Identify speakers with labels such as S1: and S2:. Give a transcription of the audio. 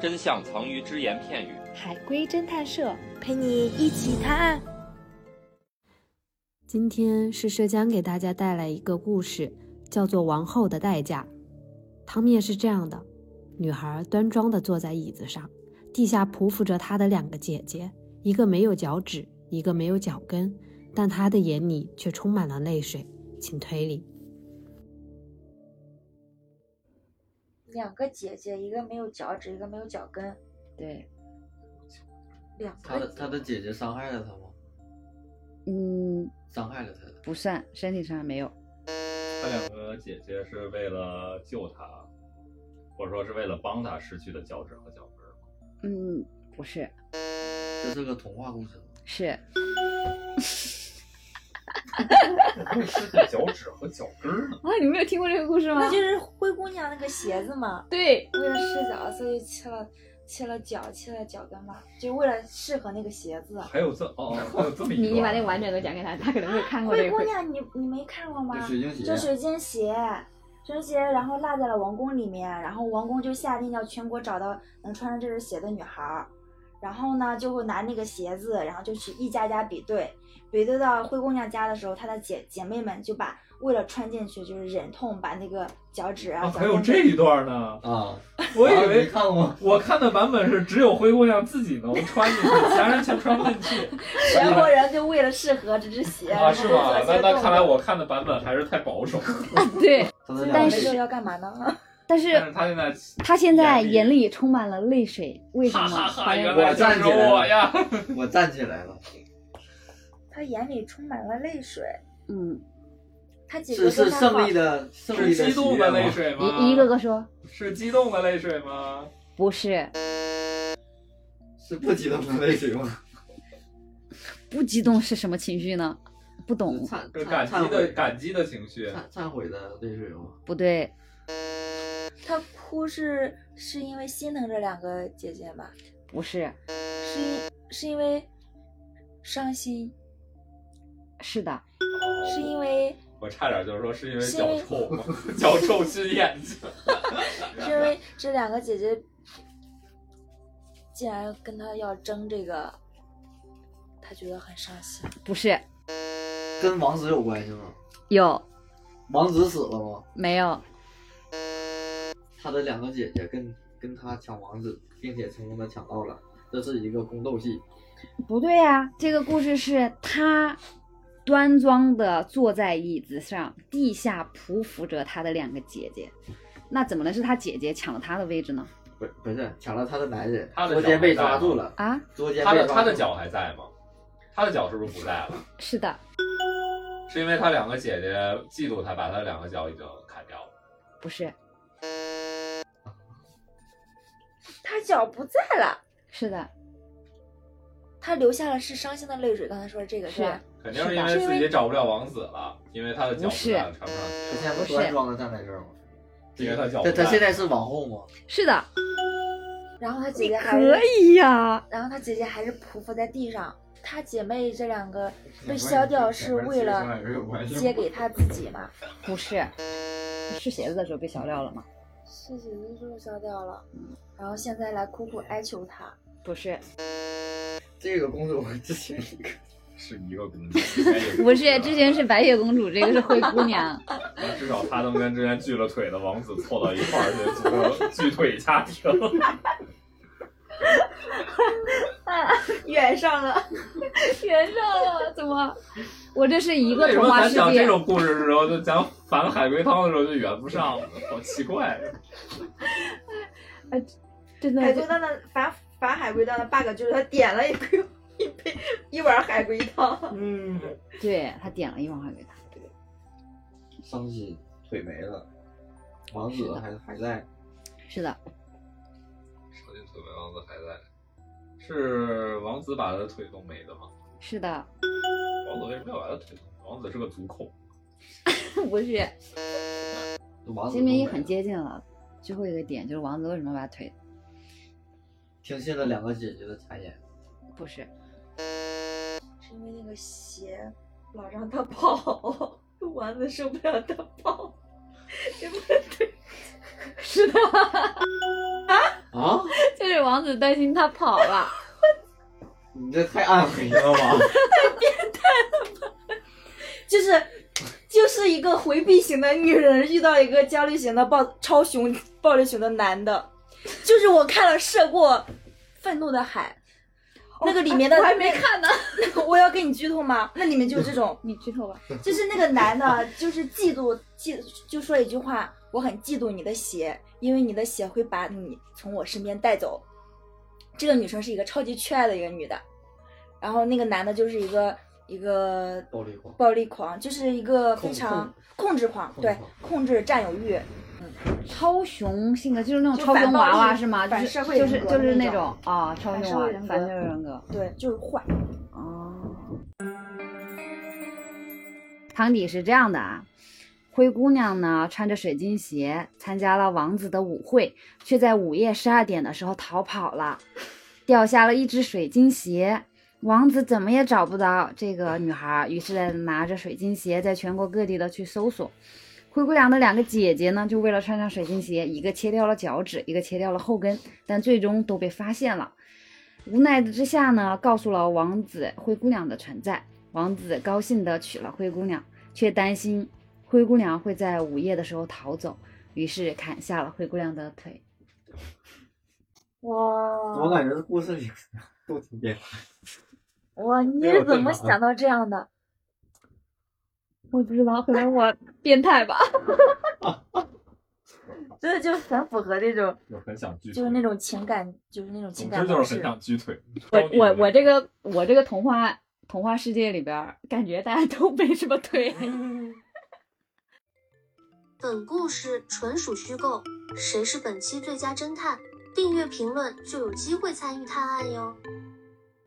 S1: 真相藏于只言片语。
S2: 海龟侦探社陪你一起探案。
S3: 今天是社江给大家带来一个故事，叫做《王后的代价》。汤面是这样的：女孩端庄地坐在椅子上，地下匍匐着她的两个姐姐，一个没有脚趾，一个没有脚跟，但她的眼里却充满了泪水。请推理。
S4: 两个姐姐，一个没有脚趾，一个没有脚跟。
S5: 对，
S4: 两
S6: 他
S4: 个
S6: 的他的姐姐伤害了他吗？
S5: 嗯，
S6: 伤害了他，
S5: 不算，身体上没有，
S7: 他两个姐姐是为了救他，或者说是为了帮他失去的脚趾和脚跟儿吗。
S5: 嗯，不是，
S6: 这是个童话故事吗？
S5: 是
S8: 啊
S7: 失去脚趾和脚跟儿呢？
S8: 啊，你没有听过这个故事吗
S4: 那？就是灰姑娘那个鞋子嘛，
S8: 对，
S4: 为了试脚，所以切了切了脚，切了脚跟嘛，就为了适合那个鞋子。啊
S7: 还有这哦，还有这么一
S8: 你你
S7: 段
S8: 把那个完整的讲给他，他可能没有看过这
S4: 灰
S8: 个
S4: 姑
S8: 故事。
S4: 娘，你你没看过吗？
S6: 水晶鞋
S4: 就水晶鞋，水晶鞋，然后落在了王宫里面，然后王宫就下定要全国找到能穿上这只鞋的女孩儿，然后呢就会拿那个鞋子，然后就去一家家比对，比对到灰姑娘家的时候，她的姐姐妹们就把为了穿进去就是忍痛把那个脚趾啊，
S7: 啊，
S4: 脚
S7: 还有
S4: 跟
S7: 这一段呢。
S6: 啊，
S7: 我以
S6: 啊你
S7: 为
S6: 看过吗？
S7: 我看的版本是只有灰姑娘自己能穿进去，其他人全穿不 进去
S4: 全国人就为了适合这只鞋
S7: 啊？是吗？那那看来
S4: 我
S7: 我看的版本还是太保守。
S8: 对，
S6: 他的两
S5: 但
S6: 个
S5: 是
S4: 要干嘛呢？
S5: 但
S7: 但
S5: 是
S7: 是他现在，
S5: 他现在眼里充满了泪水，为什
S7: 哈哈
S5: 么？
S7: 哈，原来 就是我呀！
S6: 我站起来了，
S4: 他眼里充满了泪水，
S5: 嗯，
S4: 他姐姐
S6: 是是
S4: 跟他
S6: 胜
S4: 好
S6: 利的胜利
S7: 是
S6: 的
S7: 激动
S6: 喜悦
S7: 的
S6: 吗
S7: 泪，水吗？
S5: 一一个个说
S7: 是激动的泪水吗？
S5: 不是，
S6: 是不激动的泪水吗？
S5: 不激动是什么情绪呢？不懂，
S6: 忏
S7: 这
S6: 忏
S7: 感激
S6: 忏
S7: 的
S6: 悔
S7: 感激的情绪，
S6: 忏忏悔的泪水吗？
S5: 不对，
S4: 他哭是是因为心疼这两个姐姐吧？
S5: 不是，
S4: 是因是因为伤心，
S5: 是的，
S4: 是因为
S7: 我差点就是说是因为
S4: 是
S7: 脚臭吗？ 脚臭熏眼 睛。
S4: 是因为这两个姐姐竟然跟他要争这个，他觉得很伤心。
S5: 不是，
S6: 跟王子有关系吗？
S5: 有
S6: 王子死了吗？
S5: 没有？
S6: 他的两个姐姐跟跟他抢王子，并且成功的抢到了，这是一个宫斗戏。
S5: 不对呀、这个故事是他端庄的坐在椅子上，地下匍匐着他的两个姐姐。那怎么能是他姐姐抢了他的位置呢？
S6: 不不是抢了他的男人，
S7: 他的
S6: 捉
S7: 脚
S6: 奸被
S7: 还在
S6: 抓
S7: 吗
S6: 住了，
S5: 啊，
S6: 捉奸
S7: 他
S6: 被
S7: 的
S6: 抓
S7: 他的
S6: 住
S7: 脚还在吗？他的脚是不是不在了？
S5: 是的，
S7: 是因为他两个姐姐嫉妒他，把他两个脚已经砍掉了。
S5: 不是，
S4: 他脚不在了，
S5: 是的，
S4: 他流下了是伤心的泪水。刚才说这个是吧？
S7: 肯定是因为自己找不了王子了，因为他的脚
S5: 不是
S7: 在了，穿不上
S6: 他
S7: 鞋
S6: 现在
S5: 不
S6: 不
S5: 是
S6: 端庄的站在这儿吗？
S7: 因为他脚
S6: 他
S7: 不
S6: 他
S7: 在
S6: 现在是王后吗？
S5: 是的，
S4: 然后他姐姐还
S5: 可以呀、
S4: 然后她姐姐还是匍匐在地上。她姐妹这两个被削掉是为了接给她自己嘛？
S5: 不是，试鞋子的时候被小料了吗？
S4: 是姐姐就是削掉了，然后现在来苦苦哀求她。
S5: 不是，
S6: 这个公主之前 一个
S7: 是一个公主，应该也
S5: 不是，之前是白雪公主，这个是灰姑 娘。
S7: 那至少他能跟之前锯了腿的王子凑到一块儿去组成锯腿家庭。
S4: 远上了，
S5: 原上了，啊怎么？我这是 一个
S7: 为什
S5: 童
S7: 么
S5: 话
S7: 咱
S5: 世
S7: 讲这
S5: 界，
S7: 种故事的时候，就讲反海龟汤的时候就圆不上了，好奇怪。啊
S5: 真的
S9: 海龟蛋的反反海龟蛋的 bug 就是他点了一个一杯一碗海龟汤，
S7: 嗯，
S5: 对他点了一碗花给他。
S6: 伤心，腿没 了，王
S5: 是
S6: 子
S5: 的
S6: 还还在，
S5: 是的，
S7: 伤心腿没王子还在，是王子把他的腿弄没的吗？
S5: 是的，
S7: 王子为什么要把他腿弄没？王子是个足控。
S5: 不是。
S6: 王子
S5: 这明也
S6: 都没
S5: 很
S6: 了
S5: 接近了。最后一个点就是王子为什么把腿
S6: 听信了两个姐姐的谗言，
S5: 不是
S4: 是因为那个鞋。
S9: 老让他跑，丸子受不了他跑，这不
S5: 是的，
S6: 啊，
S5: 就是
S10: 王子担心他跑 了，
S6: 你这太暗黑了吧？
S9: 就是就是一个回避型的女人遇到一个焦虑型的暴超雄暴力型的男的，就是我看了《涉过愤怒的海》，那个里面的
S10: 我还没看呢。
S9: 那 个我要给你剧透吗？那里面就有这种，
S10: 你剧透吧。
S9: 就是那个男的，就是嫉妒嫉，就说了一句话：“我很嫉妒你的鞋，因为你的鞋会把你从我身边带走。”这个女生是一个超级缺爱的一个女的，然后那个男的就是一个一个
S6: 暴力狂
S9: 暴力狂，就是一个非常控制狂，
S6: 控制
S9: 对，控制占有欲，
S5: 超雄性格就是那种
S9: 就
S5: 超
S9: 反
S5: 雄
S9: 暴
S5: 娃娃
S9: 力
S5: 是吗？就
S9: 反
S5: 是
S9: 社会
S5: 就
S9: 人
S5: 是
S9: 格
S5: 就是
S9: 的那
S5: 那
S9: 种
S5: 种啊，超
S9: 反
S5: 雄
S9: 社
S5: 娃
S9: 会人，
S5: 反
S9: 格
S5: 社会人格
S9: 对，就是坏。
S5: 哦。汤底是这样的啊，灰姑娘呢穿着水晶鞋参加了王子的舞会，却在午夜十二点的时候逃跑了，掉下了一只水晶鞋。王子怎么也找不到这个女孩，于是拿着水晶鞋在全国各地的去搜索。灰姑娘的两个姐姐呢，就为了穿上水晶鞋，一个切掉了脚趾，一个切掉了后跟，但最终都被发现了。无奈之下呢，告诉了王子灰姑娘的存在。王子高兴地娶了灰姑娘，却担心灰姑娘会在午夜的时候逃走，于是砍下了灰姑娘的腿。
S6: 我
S9: 哇
S6: 感觉这故事里都挺变态。
S9: 哇，你
S6: 没有
S9: 是怎
S6: 正
S9: 么
S6: 常
S9: 想到这样的？
S10: 我不知道，可能 我变态吧。
S9: 真的就很符合那种，
S7: 就很想锯腿，
S9: 就是那种情感，就是那种情
S7: 总
S9: 感
S7: 之
S9: 模
S7: 就是
S9: 式
S7: 很。想锯腿。
S10: 我我我这个我这个童话童话世界里边儿，感觉大家都没什么腿。
S11: 本故事纯属虚构，谁是本期最佳侦探？订阅评论就有机会参与探案哟。